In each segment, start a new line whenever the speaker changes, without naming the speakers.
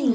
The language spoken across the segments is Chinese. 迎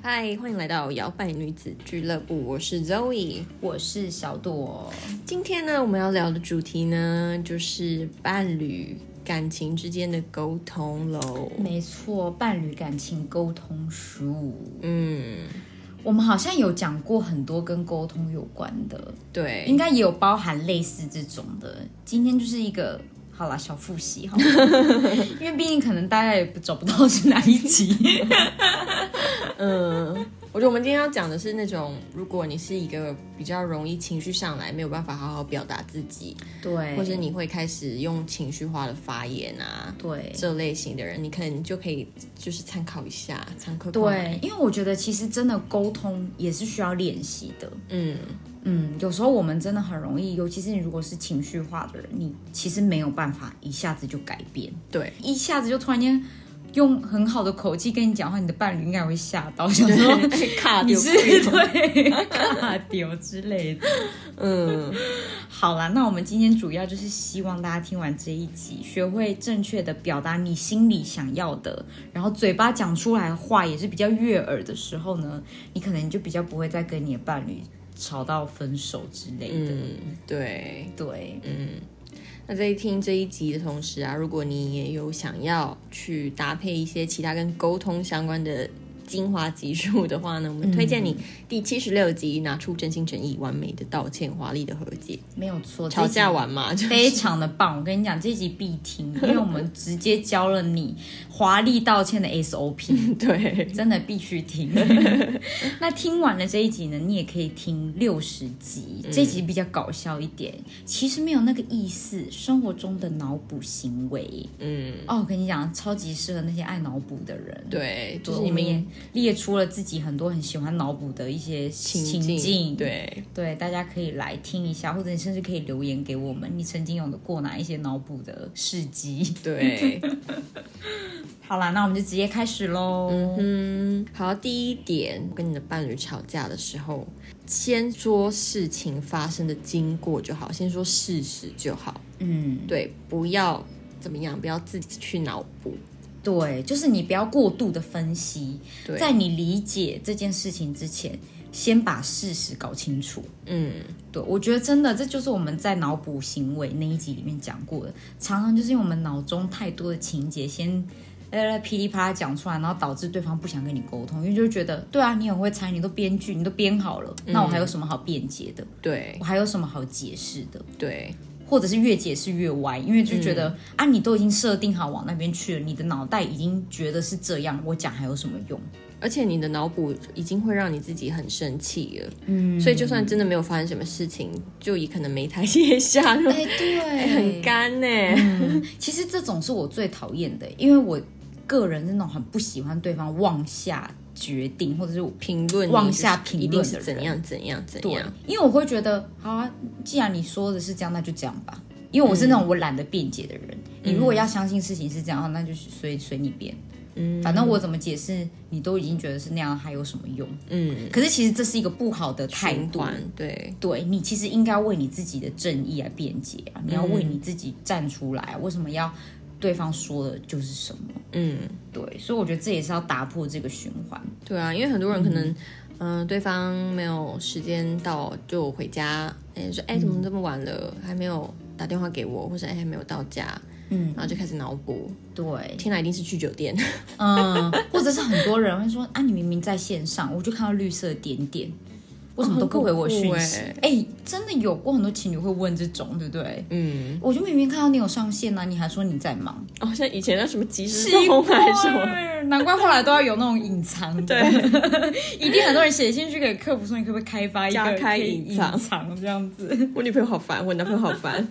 嗨，欢迎来到摇摆女子俱乐部，我是 Zoe。
我是小朵，
今天呢，我们要聊的主题呢，就是伴侣感情之间的沟通喽。
没错，伴侣感情沟通书，
嗯，
我们好像有讲过很多跟沟通有关的，应
对，
该也有包含类似这种的。今天就是一个好啦，小复习 好了，因为毕竟可能大家也不找不到是哪一集。
我觉得我们今天要讲的是那种，如果你是一个比较容易情绪上来，没有办法好好表达自己，
对，
或者你会开始用情绪化的发言啊。
对
这类型的人，你可能就可以就是参考一下，参考看看，
对，因为我觉得其实真的沟通也是需要练习的。
嗯，
嗯，有时候我们真的很容易，尤其是你如果是情绪化的人，你其实没有办法一下子就改变，
对，
一下子就突然间用很好的口气跟你讲话，你的伴侣应该会吓到，想说
卡
你
啊丢
是对 尬丢之类的。
嗯，
好啦，那我们今天主要就是希望大家听完这一集，学会正确的表达你心里想要的，然后嘴巴讲出来的话也是比较悦耳的时候呢，你可能就比较不会再跟你的伴侣吵到分手之类的。
嗯，对，
对，
那在听这一集的同时啊，如果你也有想要去搭配一些其他跟沟通相关的精华集数的话呢，我们推荐
嗯
你第七十六集《拿出真心诚意，完美的道歉，华丽的和解
没有错，》，
吵
这一
架
集
完嘛，就
非常的棒，我跟你讲，这一集必听，因为我们直接教了你华丽道歉的 SOP。
对，
真的必须听。那听完了这一集呢，你也可以听六十集，这集比较搞笑一点，其实没有那个意思，生活中的脑补行为。
嗯，
哦，我跟你讲，超级适合那些爱脑补的人。
对，就
对，
是
我
你
们也
们
列出了自己很多很喜欢脑补的一些
情
情境
对，
对，大家可以来听一下，或者你甚至可以留言给我们，你曾经有过哪一些脑补的事迹？
对，
好啦，那我们就直接开始喽。
嗯，好，第一点，跟你的伴侣吵架的时候，先说事情发生的经过就好，先说事实就好。
嗯，
对，不要怎么样，不要自己去脑补。
对，就是你不要过度的分析，
对
在你理解这件事情之前，先把事实搞清楚。
嗯，
对，我觉得真的这就是我们在脑补行为那一集里面讲过的，常常就是因为我们脑中太多的情节先。呃，噼里啪啦讲出来，然后导致对方不想跟你沟通，因为就觉得，对啊，你很会猜，你都编剧，你都编好了，那我
嗯
还有什么好辩解的？
对
我还有什么好解释的？
对
或者是越解释越歪，因为就觉得、啊，你都已经设定好往那边去了，你的脑袋已经觉得是这样，我讲还有什么用？
而且你的脑补已经会让你自己很生气了。嗯，所以就算真的没有发生什么事情，就也可能没台阶下，就、
对，
很干 呢、
嗯其实这种是我最讨厌的，因为我个人是那种很不喜欢对方妄下决定，或者是我
评论你
妄
就是
下评
一
论
定
的
是怎
人
样怎样怎
对
样。，
因为我会觉得，好啊，既然你说的是这样，那就这样吧。因为我是那种
嗯
我懒得辩解的人，你如果要相信事情是这样，那就随随你辩。
嗯
反正我怎么解释，你都已经觉得是那样，还有什么用？
嗯，
可是其实这是一个不好的态
循
度，
环对
对你其实应该为你自己的正义来辩解
嗯
啊，你要为你自己站出来啊、为什么要对方说的就是什么？
嗯。
对，所以我觉得这也是要打破这个循环。
对啊，因为很多人可能，嗯、对方没有时间到就回家，哎，说
嗯
哎怎么这么晚了，还没有打电话给我，或者哎还没有到家，
嗯，
然后就开始脑补，
对，
天哪，一定是去酒店，
嗯，或者是很多人会说啊，你明明在线上，我就看到绿色点点，为什么都不回我讯息？
哦
哎
很、
真的有过很多情侣会问这种，对不对？
嗯，
我就明明看到你有上线呢、啊，你还说你在忙，
好、哦像以前那什么即时
奇
通还是什么，
怪，难怪后来都要有那种隐藏的。
对，
一定很多人写信去给客服说，你可不可以开发一个
加开
可以
隐
隐
藏
藏这样子？
我女朋友好烦，我男朋友好烦，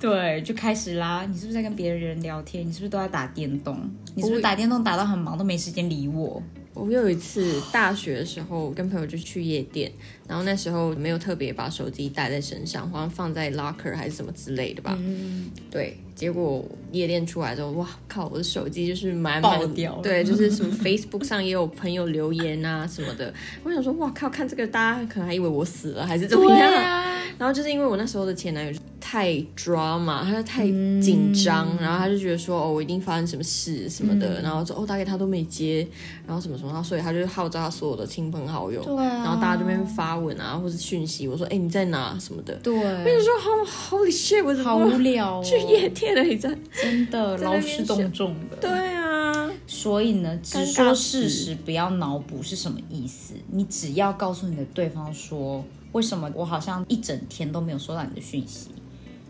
对，就开始啦。你是不是在跟别人聊天？你是不是都在打电动？你是不是打电动打到很忙都没时间理我？
我有一次大学的时候跟朋友就去夜店，然后那时候没有特别把手机带在身上，好像放在 locker 还是什么之类的吧。
嗯，
对，结果夜店出来之后，哇靠，我的手机就是满满
爆掉了
对，就是什么 Facebook 上也有朋友留言啊什么的。我想说，哇靠，看这个大家可能还以为我死了还是怎么
对
样。
啊，
然后就是因为我那时候的前男友就太 drama，他就太紧张，然后他就觉得说哦，我一定发生什么事什么的，然后说哦，打给他都没接，然后什么什么，然后所以他就号召他所有的亲朋好友，
对啊
然后大家这边发文啊或是讯息，我说哎你在哪什么的，
对，
就说好 holy shit，我 怎
好
么
无 聊、哦，
去夜店了？你在
真的
在那
劳
边
师动众的，
对啊，
所以呢，只
尴尬
说
死
事实，不要脑补是什么意思。你只要告诉你的对方说，为什么我好像一整天都没有收到你的讯息？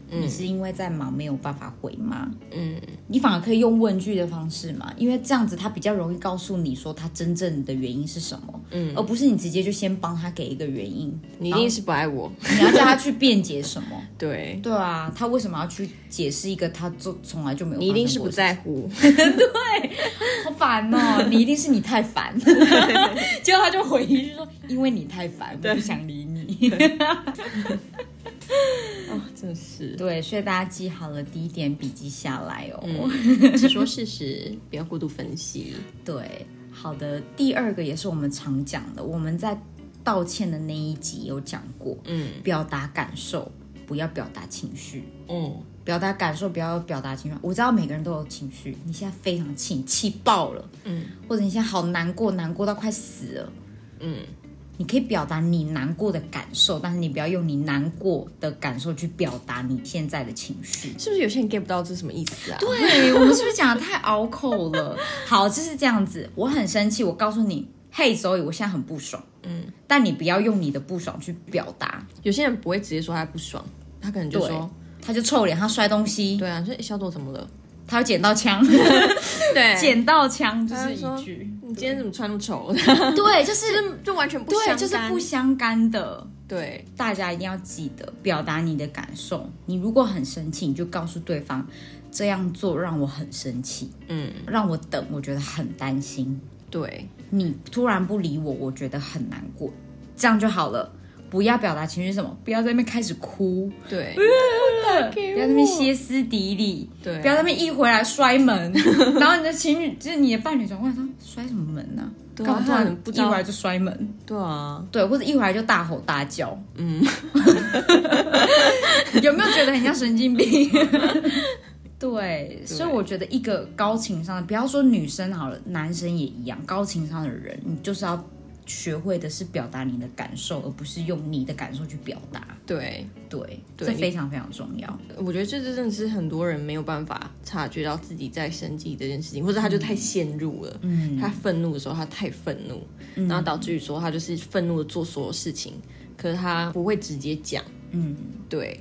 你是因为在忙没有办法回吗？
嗯，
你反而可以用问句的方式嘛，因为这样子他比较容易告诉你说他真正的原因是什么，嗯，而不是你直接就先帮他给一个原因，
你一定是不爱我，
你要叫他去辩解什么？
对
对啊，他为什么要去解释一个他就从来就没有？
你一定是不在乎，
好烦 哦！你一定是你太烦，结果他就回一句说：“因为你太烦，我不想理你。
哦，真的”是，
对，所以大家记好了第一点，笔记下来哦。
嗯只说事实，不要过度分析，
对，好的。第二个也是我们常讲的，我们在道歉的那一集有讲过，
嗯
表达感受，不要表达情绪。
嗯。
表达感受，不要表达情绪。我知道每个人都有情绪，你现在非常气，气爆了，
嗯，
或者你现在好难过，难过到快死了，
嗯，
你可以表达你难过的感受，但是你不要用你难过的感受去表达你现在的情绪。
是不是有些人 get 不到这是什么意思啊？
对我们是不是讲的太拗口了？ 好，就是这样子。我很生气，我告诉你，嘿，所以我现在很不爽，嗯，但你不要用你的不爽去表达，
有些人不会直接说他不爽，他可能就说，
他就臭脸，他摔东西，
对啊，说、欸、小朵怎 么了？
他有捡到枪，
对
捡到枪就
他
是
就说
一句。
你今天怎么穿那么丑？
对，就是
就完全不
对，
相
就是
干
不相干的。
对，
大家一定要记得表达你的感受。你如果很生气，你就告诉对方这样做让我很生气，
嗯，
让我等，我觉得很担心。
对，
你突然不理我，我觉得很难过，这样就好了。不要表达情绪是什么，不要在那边开始哭，
对，
不要在那边歇斯底里，
对啊
不要在那边一回来摔门，然后你的情侣就是你的伴侣转过来说啊摔什么门呢、啊？
对啊
干嘛突
他
然
很不知
一
道
回来就摔门？
对啊，
对，或者一回来就大吼大叫，嗯， 有没有觉得很像神经病？ 对，所以我觉得一个高情商的，不要说女生好了，男生也一样，高情商的人，你就是要学会的是表达你的感受，而不是用你的感受去表达。
对，
对，
对
这
你
非常非常重要。
我觉得这真的是很多人没有办法察觉到自己在生气这件事情，或者他就太陷入了，嗯，他愤怒的时候他太愤怒，
嗯
然后导致于说他就是愤怒的做所有事情，可是他不会直接讲，
嗯，
对，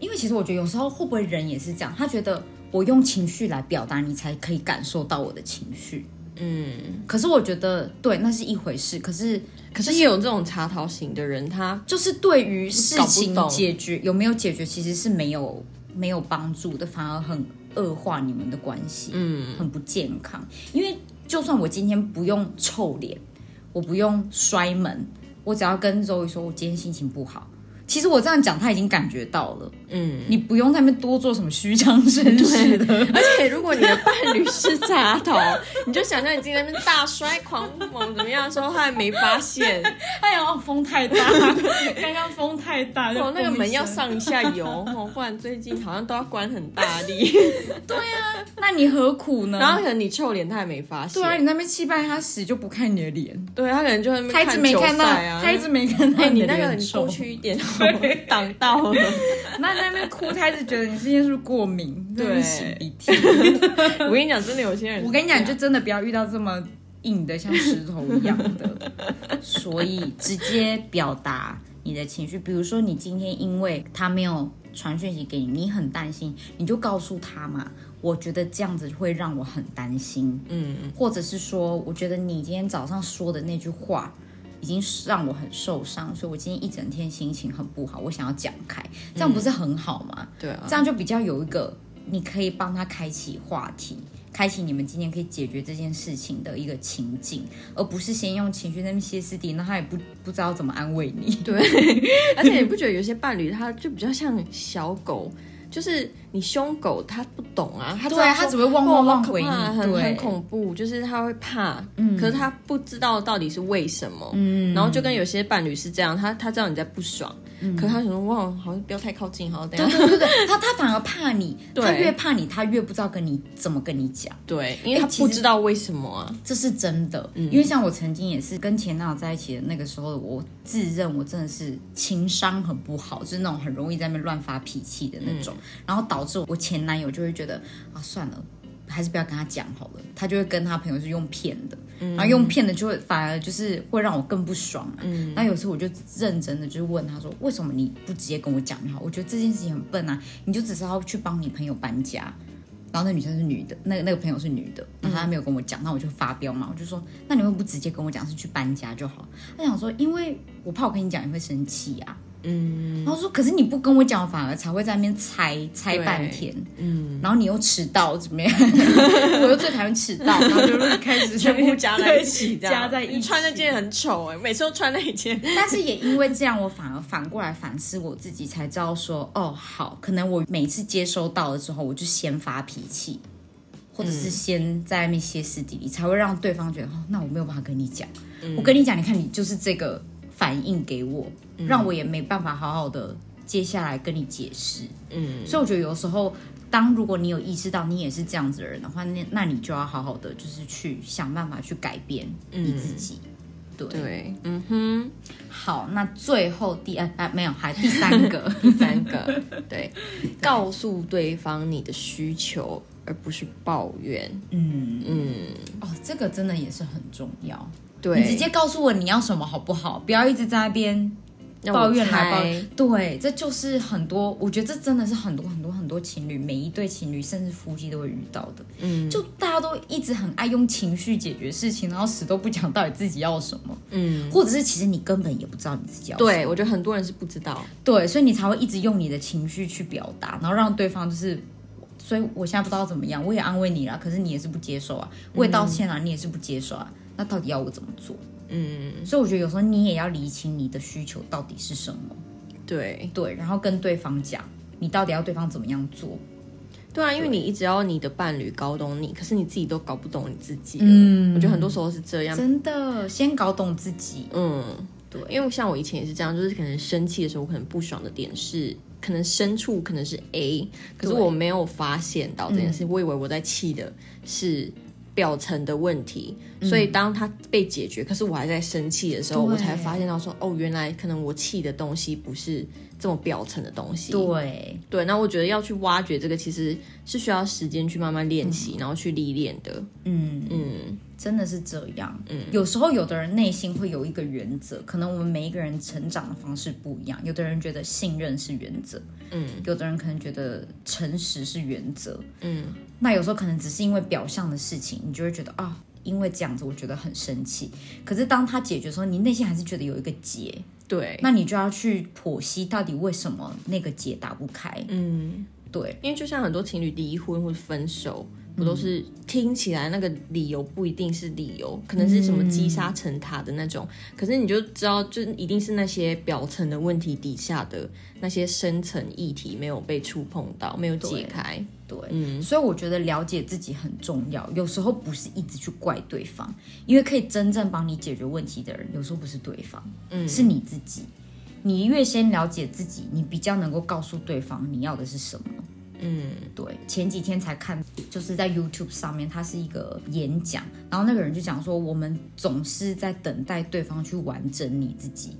因为其实我觉得有时候会不会人也是这样，他觉得我用情绪来表达，你才可以感受到我的情绪。
嗯，
可是我觉得对，那是一回事。可是
可是也有这种查讨型的人，他
就是对于事
搞不
情
懂
解决有没有解决，其实是没有没有帮助的，反而很恶化你们的关系，嗯，很不健康。因为就算我今天不用臭脸，我不用摔门，我只要跟周瑜说我今天心情不好，其实我这样讲他已经感觉到了，
嗯。
你不用在那边多做什么虚张声势的，
而且如果你的伴侣是茶头，你就想象你自己在那边大摔狂猛怎么样的时候，他还没发 现，
哎呀，风太大， 刚刚风太大，就
哦，那个
嘣一
门要
声
上一下油， 哦，不然最近好像都要关很大 力。
那你何苦呢？
然后可能你臭脸，他还没发现，
对啊，你在那边气半他死就不看你的脸。
对他可能就在那
他
边
一直没
球
看到，
赛啊。
他一直没看到
哎，你
的
那个
脸
你
臭
过去一点，我挡到了。
那在那边哭，他一直觉得你今天是不是过敏，
对
在那边擤鼻涕。
我跟你讲，真的有些人，
我跟你讲，就真的不要遇到这么硬的像石头一样 的。所以直接表达你的情绪，比如说你今天因为他没有传讯息给你，你很担心，你就告诉他嘛。我觉得这样子会让我很担心，
嗯，
或者是说，我觉得你今天早上说的那句话，已经让我很受伤，所以我今天一整天心情很不好，我想要讲开，这
嗯
样不是很好吗？
对啊，
这样就比较有一个你可以帮他开启话题，开启你们今天可以解决这件事情的一个情境，而不是先用情绪在那边歇斯底，那他也不不知道怎么安慰你。
而且你不觉得有些伴侣他就比较像小狗，就是你凶狗他不懂啊，他知道
对啊
说
他只会汪
哦
汪汪
好可怕啊
回你
很
对嗯
很恐怖，就是他会怕，可是他不知道到底是为什么，嗯，然后就跟有些伴侣是这样，他他知道你在不爽，
嗯
可是他想说哇，好像不要太靠近，好像等一下
对对对，他他反而怕你，
对
他越怕你，他越不知道跟你怎么跟你讲。
对，因为他
哎其实
不知道为什么啊，
这是真的，因为像我曾经也是跟前男友在一起的那个时候，我自认我真的是情商很不好，就是那种很容易在那边乱发脾气的那种，然后导致我前男友就会觉得啊算了。还是不要跟他讲好了，他就会跟他朋友是用骗的，然后用骗的就会反而就是会让我更不爽、啊。那有时候我就认真的就是问他说，为什么你不直接跟我讲就好？我觉得这件事情很笨啊，你就只是要去帮你朋友搬家，然后那女生是女的，那个那个朋友是女的，然后她没有跟我讲，那我就发飙嘛，我就说，那你为什么不直接跟我讲是去搬家就好？她想说，因为我怕我跟你讲你会生气啊，嗯，然后说，可是你不跟我讲，反而才会在那边猜猜半天，嗯，然后你又迟到怎么样？我又最讨厌迟到，然后就开始
全部加在一起，
对 加在一起，
穿那件很丑哎、每次都穿那一件，
但是也因为这样，我反而反过来反思我自己，才知道说，哦，好，可能我每次接收到了之后，我就先发脾气，或者是先在外面歇斯底里，才会让对方觉得，哦，那我没有办法跟你讲。我跟你讲，你看你就是这个反应给我，让我也没办法好好的接下来跟你解释。
嗯，
所以我觉得有时候，当如果你有意识到你也是这样子的人的话，那那你就要好好的就是去想办法去改变你自己。
对，嗯哼，
好，那最后第呃啊没有，还第三 个，
第三个，对，告诉对方你的需求，而不是抱怨，
嗯，
嗯，
哦，这个真的也是很重要。
对，
你直接告诉我你要什么好不好？不要一直在那边
让我
抱怨来
猜
抱怨。对，这就是很多，我觉得这真的是很多很多很多情侣，每一对情侣甚至夫妻都会遇到的。
嗯
就大家都一直很爱用情绪解决事情，然后死都不讲到底自己要什么，
嗯，
或者是其实你根本也不知道你自己要什么。
对，我觉得很多人是不知道，
对，所以你才会一直用你的情绪去表达，然后让对方就是，所以我现在不知道怎么样，我也安慰你啦，可是你也是不接受啊，我也道歉啊，你也是不接受啊，那到底要我怎么做？
嗯，
所以我觉得有时候你也要理清你的需求到底是什么，
对，
对，然后跟对方讲，你到底要对方怎么样做，
对啊，因为你一直要你的伴侣搞懂你，可是你自己都搞不懂你自己，
嗯
我觉得很多时候是这样，
真的，先搞懂自己，
嗯，对，因为像我以前也是这样，就是可能生气的时候，我可能不爽的点是。可能深处可能是 A，可是
对嗯
我没有发现到这件事，我以为我在气的是表层的问题，所以当它被解决，可是我还在生气的时候，
嗯对
我才发现到说，哦，原来可能我气的东西不是这么表层的东西。
对，
对，那我觉得要去挖掘这个，其实是需要时间去慢慢练习，然后去历练的。
嗯。
嗯，
真的是这样。嗯，有时候有的人内心会有一个原则，可能我们每一个人成长的方式不一样。有的人觉得信任是原则，嗯，有的人可能觉得诚实是原则，嗯。那有时候可能只是因为表象的事情，你就会觉得啊、因为这样子我觉得很生气。可是当他解决的时候，你内心还是觉得有一个结，
对，
那你就要去剖析到底为什么那个结打不开。
嗯，
对，
因为就像很多情侣离婚或者分手，不都是听起来那个理由不一定是理由，可能是什么积沙成塔的那种。可是你就知道，就是一定是那些表层的问题底下的那些深层议题没有被触碰到，没有解
对
开。
对，
嗯
所以我觉得了解自己很重要。有时候不是一直去怪对方，因为可以真正帮你解决问题的人，有时候不是对方，嗯，是你自己。你越先了解自己，你比较能够告诉对方你要的是什么。
嗯
对，前几天才看，就是在 YouTube 上面，它是一个演讲，然后那个人就讲说，我们总是在等待对方去完整你自己，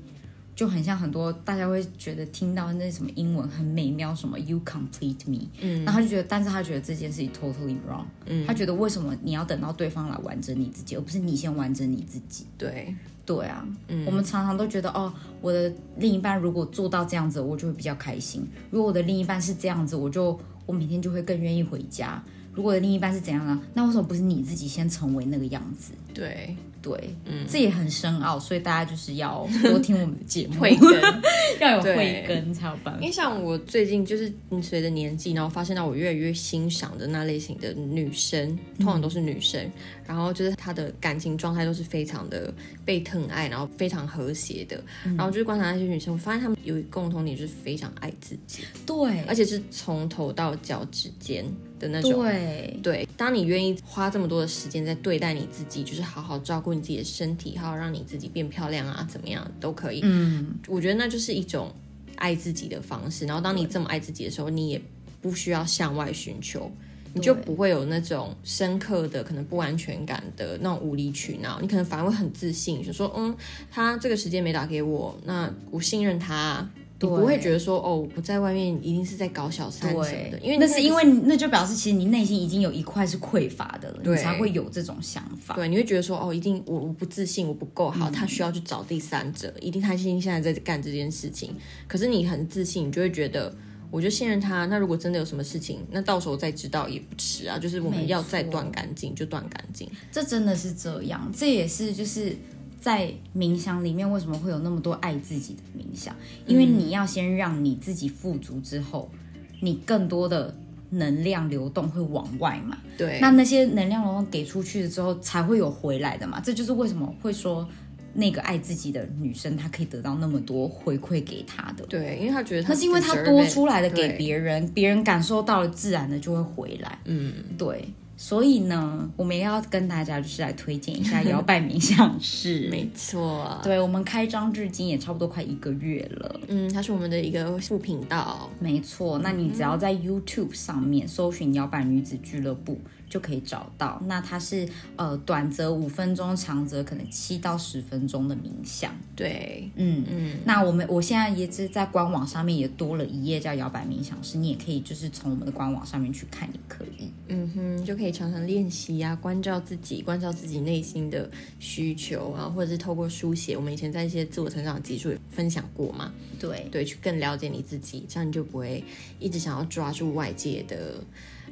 就很像很多大家会觉得听到那什么英文很美妙，什么 You complete me，嗯，然后他就觉得，但是他觉得这件事情 totally wrong，嗯，他觉得为什么你要等到对方来完整你自己，而不是你先完整你自己？
对，
对啊，
嗯
我们常常都觉得哦，我的另一半如果做到这样子，我就会比较开心；如果我的另一半是这样子，我就我每天就会更愿意回家。如果我的另一半是怎样呢？那为什么不是你自己先成为那个样子？
对，
对，嗯，这也很深奥，所以大家就是要多听我们的节 目，
慧根，
要有
对
慧根才有办法
因。为像我最近就是嗯随着年纪，然后发现到我越来越欣赏的那类型的女生，通常都是女生，然后就是她的感情状态都是非常的被疼爱，然后非常和谐的，然后就是观察那些女生，我发现她们有一个共同点就是非常爱自己，
对，
而且是从头到脚趾尖的那种。
对，
对，当你愿意花这么多的时间在对待你自己，就是好好照顾你自己的身体，好好让你自己变漂亮啊，怎么样都可以。
嗯，
我觉得那就是一种爱自己的方式。然后当你这么爱自己的时候，你也不需要向外寻求，你就
对
不会有那种深刻的可能不安全感的那种无理取闹。你可能反而会很自信，就说嗯，他这个时间没打给我，那我信任他啊。你
对
不会觉得说哦，我在外面一定是在搞小三什么的
对，，
因为
那
个
是因为那就表示其实你内心已经有一块是匮乏的了，你
对
才会有这种想法。
对，你会觉得说，哦，一定我我不自信，我不够
嗯
好，他需要去找第三者，一定他现现在在干这件事情。可是你很自信，你就会觉得，我就信任他。那如果真的有什么事情，那到时候再知道也不迟啊。就是我们
没
要再
错
断干净就断干净，
这真的是这样，这也是就是在冥想里面为什么会有那么多爱自己的冥想，因为
嗯
你要先让你自己富足之后，你更多的能量流动会往外嘛，
对，
那那些能量流动给出去了之后才会有回来的嘛，这就是为什么会说那个爱自己的女生她可以得到那么多回馈给她的。
对，因为他觉得他
那是因为她
嗯 deserve
多
it
出来的给
对
别人，别人感受到了，自然的就会回来。
嗯，
对，所以呢，我们也要跟大家就是来推荐一下摇摆冥想室。
没错，
对，我们开张至今也差不多快一个月了。
嗯，他是我们的一个副频道，
没错，那
嗯
你只要在 YouTube 上面搜寻“摇摆女子俱乐部”就可以找到。那它是呃短则五分钟，长则可能七到十分钟的冥想。
对，
嗯嗯，那我们我现在也是在官网上面也多了一页叫“摇摆冥想室”，你也可以就是从我们的官网上面去看也可以。
嗯哼，就可以常常练习啊，关照自己，关照自己内心的需求啊，或者是透过书写，我们以前在一些自我成长的集数也分享过嘛，
对，
对，去更了解你自己，这样你就不会一直想要抓住外界的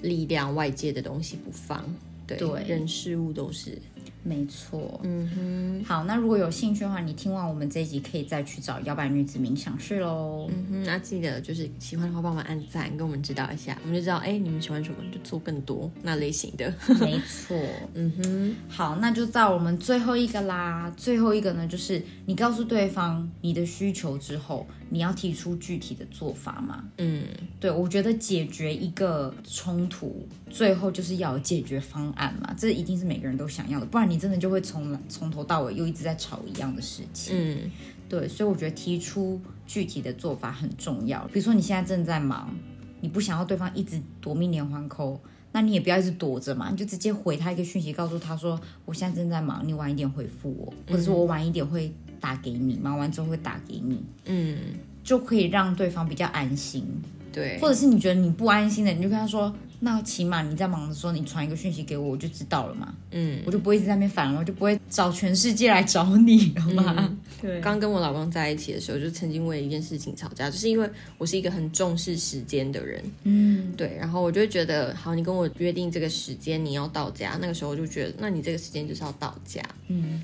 力量、外界的东西不放。对，
对
人事物都是，
没错。
嗯哼，
好，那如果有兴趣的话，你听完我们这一集可以再去找摇摆女子冥想室喽。
嗯哼，那、记得就是喜欢的话帮忙按赞，跟我们指导一下，我们就知道，哎，你们喜欢什么，就做更多那类型的。
没错，嗯哼。好，那就到我们最后一个啦。最后一个呢，就是你告诉对方你的需求之后，你要提出具体的做法嘛？
嗯，
对，我觉得解决一个冲突，最后就是要有解决方案嘛，这一定是每个人都想要的，不然你真的就会从从头到尾又一直在吵一样的事情。
嗯，
对，所以我觉得提出具体的做法很重要。比如说你现在正在忙，你不想要对方一直夺命连环扣，那你也不要一直躲着嘛，你就直接回他一个讯息，告诉他说我现在正在忙，你晚一点回复我，或者是我晚一点会打给你，忙完之后会打给你，
嗯，
就可以让对方比较安心。
对，
或者是你觉得你不安心的，你就跟他说，那起码你在忙的时候，你传一个讯息给我，我就知道了嘛，
嗯。
我就不会一直在那边烦了，我就不会找全世界来找你了嘛。对
嗯刚跟我老公在一起的时候，就曾经为一件事情吵架，就是因为我是一个很重视时间的人，嗯，对，然后我就会觉得，好，你跟我约定这个时间你要到家，那个时候我就觉得，那你这个时间就是要到家，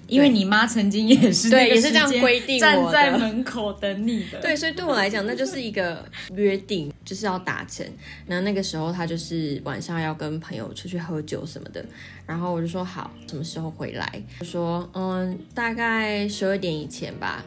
因为你妈曾经也是
对
那个
也是这样
时间
规定我
站
的
在门口等你的。
对，所以对我来讲，那就是一个约定，就是要达成。那那个时候他就是晚上要跟朋友出去喝酒什么的，然后我就说好，什么时候回来？我说嗯，大概十二点以前吧。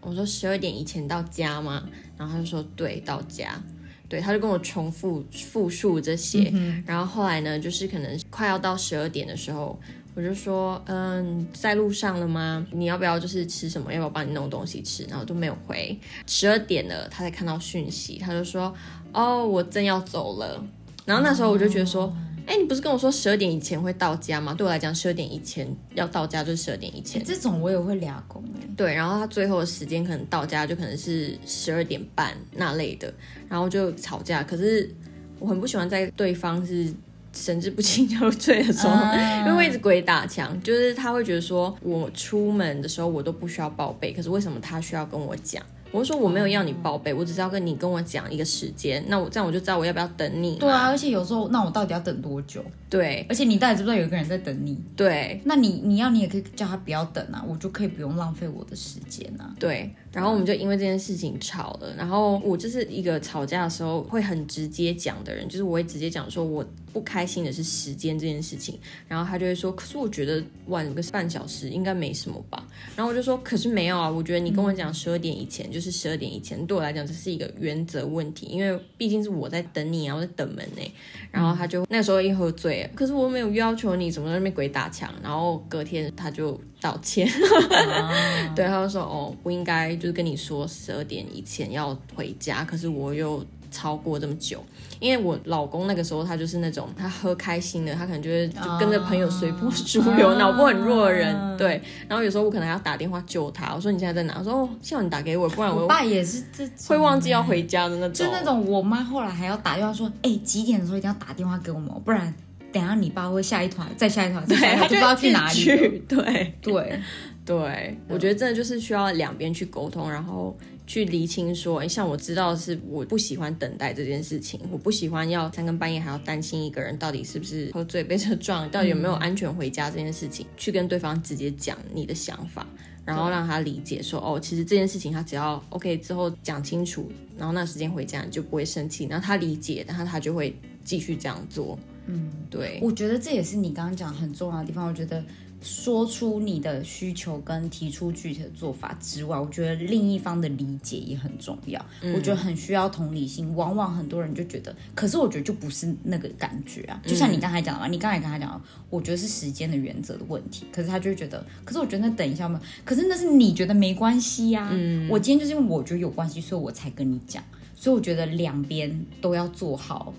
我说十二点以前到家吗？然后他就说对，到家。对，他就跟我重复复述这些，然后后来呢，就是可能快要到十二点的时候，我就说，嗯，在路上了吗？你要不要就是吃什么？要不要帮你弄东西吃？然后都没有回，十二点了，他才看到讯息，他就说：“哦，我正要走了。”然后那时候我就觉得说：“哎、你不是跟我说十二点以前会到家吗？”对我来讲，十二点以前要到家就是十二点以前。
这种我也会俩工哎，
对，然后他最后的时间可能到家就可能是十二点半那类的，然后就吵架。可是我很不喜欢在对方是神志不清 就醉的时候，
啊
因为我一直鬼打墙，就是他会觉得说我出门的时候我都不需要报备，可是为什么他需要跟我讲？我就说我没有要你报备，我只是要跟你跟我讲一个时间，那我这样我就知道我要不要等你嘛。
对啊，而且有时候，那我到底要等多久？
对
而且你到底知不知道有一个人在等你？
对
那你你要你也可以叫他不要等啊，我就可以不用浪费我的时间啊。
对，然后我们就因为这件事情吵了。然后我就是一个吵架的时候会很直接讲的人，就是我会直接讲说我不开心的是时间这件事情。然后他就会说，可是我觉得晚个半小时应该没什么吧。然后我就说，可是没有啊，我觉得你跟我讲十二点以前就是十二点以前，对我来讲这是一个原则问题，因为毕竟是我在等你啊，我在等门呢、然后他就那时候一喝醉了，可是我没有要求你什么在那边鬼打墙。然后隔天他就道歉。
啊
对，他就说哦，不应该就是跟你说十二点以前要回家，可是我又超过这么久，因为我老公那个时候他就是那种他喝开心的，他可能就会就跟着朋友随波逐流，
啊
脑波很弱的人，对。然后有时候我可能还要打电话救他，我说你现在在哪？我说哦，幸好你打给我，不然我
我
又
爸也是这种
会忘记要回家的那种。
就那种我妈后来还要打电话说，哎、几点的时候一定要打电话给我们哦，不然等一下你爸会下一团，再下一团，再
对，
下一团
他
就不知道去哪
一直
里了。
去对。
对，
对，
嗯
我觉得真的就是需要两边去沟通，然后去厘清说，诶像我知道是我不喜欢等待这件事情，我不喜欢要三更半夜还要担心一个人到底是不是喝醉被车 撞，到底有没有安全回家这件事情，去跟对方直接讲你的想法，然后让他理解说，哦，其实这件事情他只要 OK 之后讲清楚，然后那时间回家你就不会生气，然后他理解，然后他就会继续这样做。嗯，对，
我觉得这也是你刚刚讲很重要的地方。我觉得说出你的需求跟提出具体的做法之外，我觉得另一方的理解也很重要。我觉得很需要同理心。往往很多人就觉得，可是我觉得就不是那个感觉啊。就像你刚才讲的嘛，你刚才跟他讲，我觉得是时间的原则的问题。可是他就会觉得，可是我觉得那等一下嘛，可是那是你觉得没关系呀、我今天就是因为我觉得有关系，所以我才跟你讲。所以我觉得两边都要做好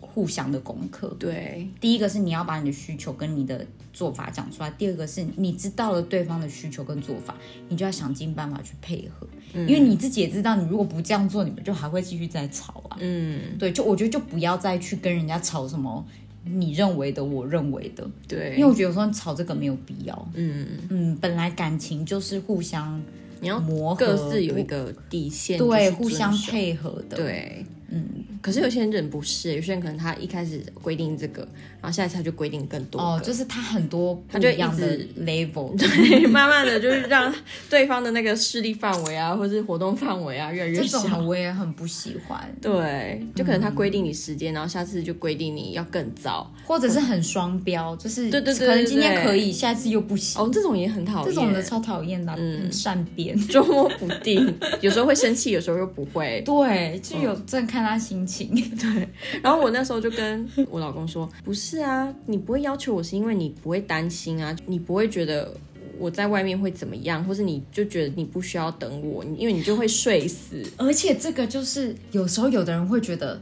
互相的功课。
对，
第一个是你要把你的需求跟你的做法讲出来，第二个是你知道了对方的需求跟做法，你就要想尽办法去配合，
嗯
因为你自己也知道，你如果不这样做，你们就还会继续再吵啊。
嗯，
对，就我觉得就不要再去跟人家吵什么你认为的，我认为的，因为
对，
我觉得有时候吵这个没有必要。
嗯，
嗯，本来感情就是互相
你要
磨合，
各自有一个底线，
对
就是
互相
遵守
配合的。，
对，嗯。可是有些人不是，欸有些人可能他一开始规定这个，然后下一次他就规定更多
哦，
个
就是他很多不
他就
一样
一
的
直
level。
对，慢慢的就是让对方的那个势力范围啊，或是活动范围啊越来越
这种的
小。
我也很不喜欢，
对，就可能他规定你时间，然后下次就规定你要更早。
或者是很双标，就是
嗯对对对
可能今天
对对
可以，下次又不行，
哦，这种也很嗯讨厌，
这种的超讨厌的啊，很善 变。
捉摸不定，有时候会生气，有时候又不会。
对，就有真的看他心
嗯
情。
然后我那时候就跟我老公说：“不是啊，你不会要求我是因为你不会担心啊，你不会觉得我在外面会怎么样，或是你就觉得你不需要等我，你因为你就会睡死。
而且这个就是有时候有的人会觉得。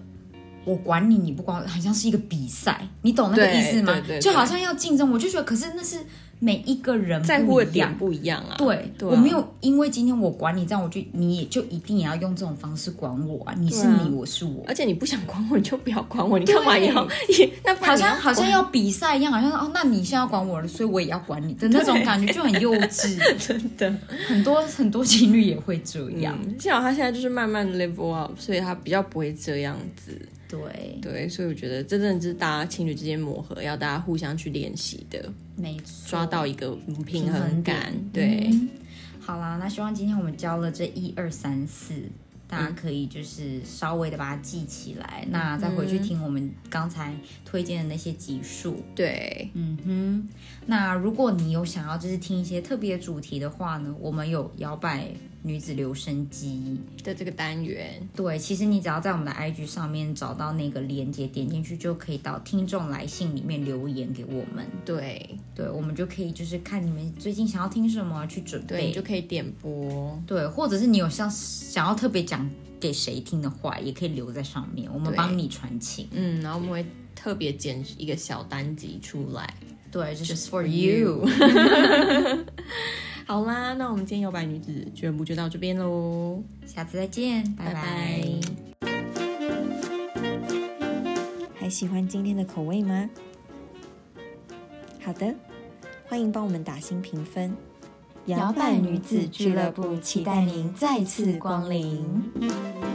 我管你，你不管我，好像是一个比赛，你懂那个
对
意思吗
对对？对
就好像要竞争，我就觉得，可是那是每一个人
在乎的
不一样
点不一样啊。
对，
对啊
我没有因为今天我管你这样，我就你也就一定也要用这种方式管我啊！你是
对啊
你，我是我，
而且你不想管我，你就不要管我，你干嘛要？你那不然
好
你要
像好像要比赛一样，好像哦，那你现在要管我了，所以我也要管你的 那种感觉就很幼稚。
真的。
很多很多情侣也会这样，
嗯，幸好他现在就是慢慢 level up，所以他比较不会这样子。
对，
对，所以我觉得这真的是大家情侣之间磨合，要大家互相去练习的，
没错，
抓到一个平衡
衡
感
点。
对。
嗯好啦，那希望今天我们教了这一二三四。大家可以就是稍微的把它记起来，那再回去听
嗯
我们刚才推荐的那些集数。
对，
嗯哼，那如果你有想要就是听一些特别主题的话呢，我们有摇摆女子留声机。
的这个单元，
对，其实你只要在我们的 IG 上面找到那个链接，点进去就可以到听众来信里面留言给我们。
对
对，我们就可以就是看你们最近想要听什么去准
对，你
备。
就可以点播。
对，或者是你有像想要特别讲给谁听的话，也可以留在上面，我们
对
帮你传情。
嗯，然后我们会特别剪一个小单集出来。
对，就是
Just
for
for
you。
好啦，那我们今天摇摆女子俱乐部就到这边喽，
下次再见，拜拜
拜还喜欢今天的口味吗？好的，欢迎帮我们打新评分，
摇摆女子俱乐部期待您再次光临。